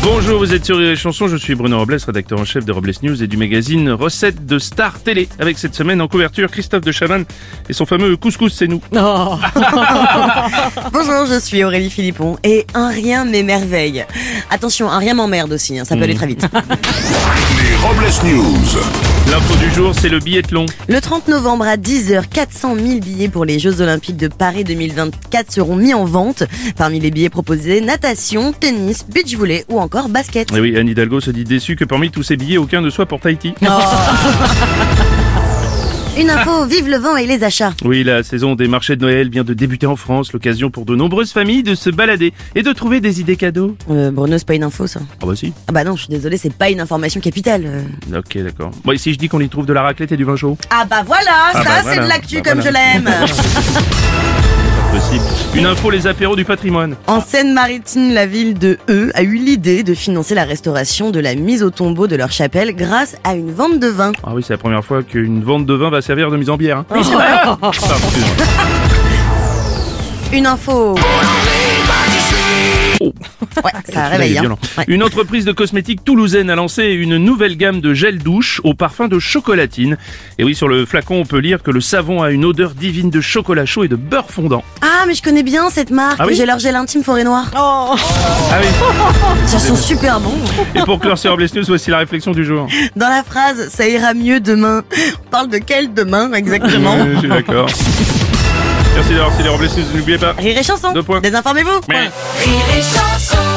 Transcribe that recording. Bonjour, vous êtes sur Rire et Chanson, je suis Bruno Robles, rédacteur en chef de Robles News et du magazine Recettes de Star Télé. Avec cette semaine en couverture, Christophe de Chavannes et son fameux couscous, c'est nous. Bonjour, je suis Aurélie Philippon et un rien m'émerveille. Attention, un rien m'emmerde aussi, hein, Hmm. ça peut aller très vite. Les Robles News. L'info du jour, c'est le billettelon. Le 30 novembre à 10h, 400 000 billets pour les Jeux Olympiques de Paris 2024 seront mis en vente. Parmi les billets proposés, natation, tennis, beach volley ou encore basket. Et Eh oui, Anne Hidalgo se dit déçue que parmi tous ces billets, aucun ne soit pour Tahiti. Une info, vive le vent et les achats. Oui, la saison des marchés de Noël vient de débuter en France, l'occasion pour de nombreuses familles de se balader et de trouver des idées cadeaux. Euh, Bruno, c'est pas une info ça Ah bah si, Ah bah non, je suis désolée, c'est pas une information capitale. euh. ok d'accord. Bon, et si je dis qu'on y trouve de la raclette et du vin chaud Ah bah voilà, ça bah c'est voilà, de l'actu bah comme voilà. je l'aime. Possible. Une info, les apéros du patrimoine. En Seine-Maritime, la ville de Eu a eu l'idée de financer la restauration de la mise au tombeau de leur chapelle grâce à une vente de vin. Ah oui, c'est la première fois qu'une vente de vin va servir de mise en bière. hein. Pardon, excuse-moi. Une info. Oh. Ouais, ça Celui-là, il est réveille. Hein. violent. Ouais. Une entreprise de cosmétiques toulousaine a lancé une nouvelle gamme de gel douche au parfum de chocolatine. Et oui, sur le flacon, on peut lire que le savon a une odeur divine de chocolat chaud et de beurre fondant. Ah, mais je connais bien cette marque. Ah oui J'ai leur gel intime forêt noire. Ah oui. Ils sont super bons. Et pour clore sur Robles News, voici la réflexion du jour. Dans la phrase, ça ira mieux demain. On parle de quel demain exactement Euh, Je suis d'accord. Merci d'avoir suivi les Robles News. N'oubliez pas. Rire et chanson. Deux points. Désinformez-vous. Mais- Rire et chanson